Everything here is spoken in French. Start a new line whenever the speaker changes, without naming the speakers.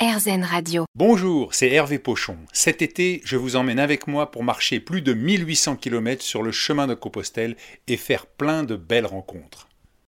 RZN Radio.
Bonjour, c'est Hervé Pochon. Cet été, je vous emmène avec moi pour marcher plus de 1800 km sur le chemin de Compostelle et faire plein de belles rencontres.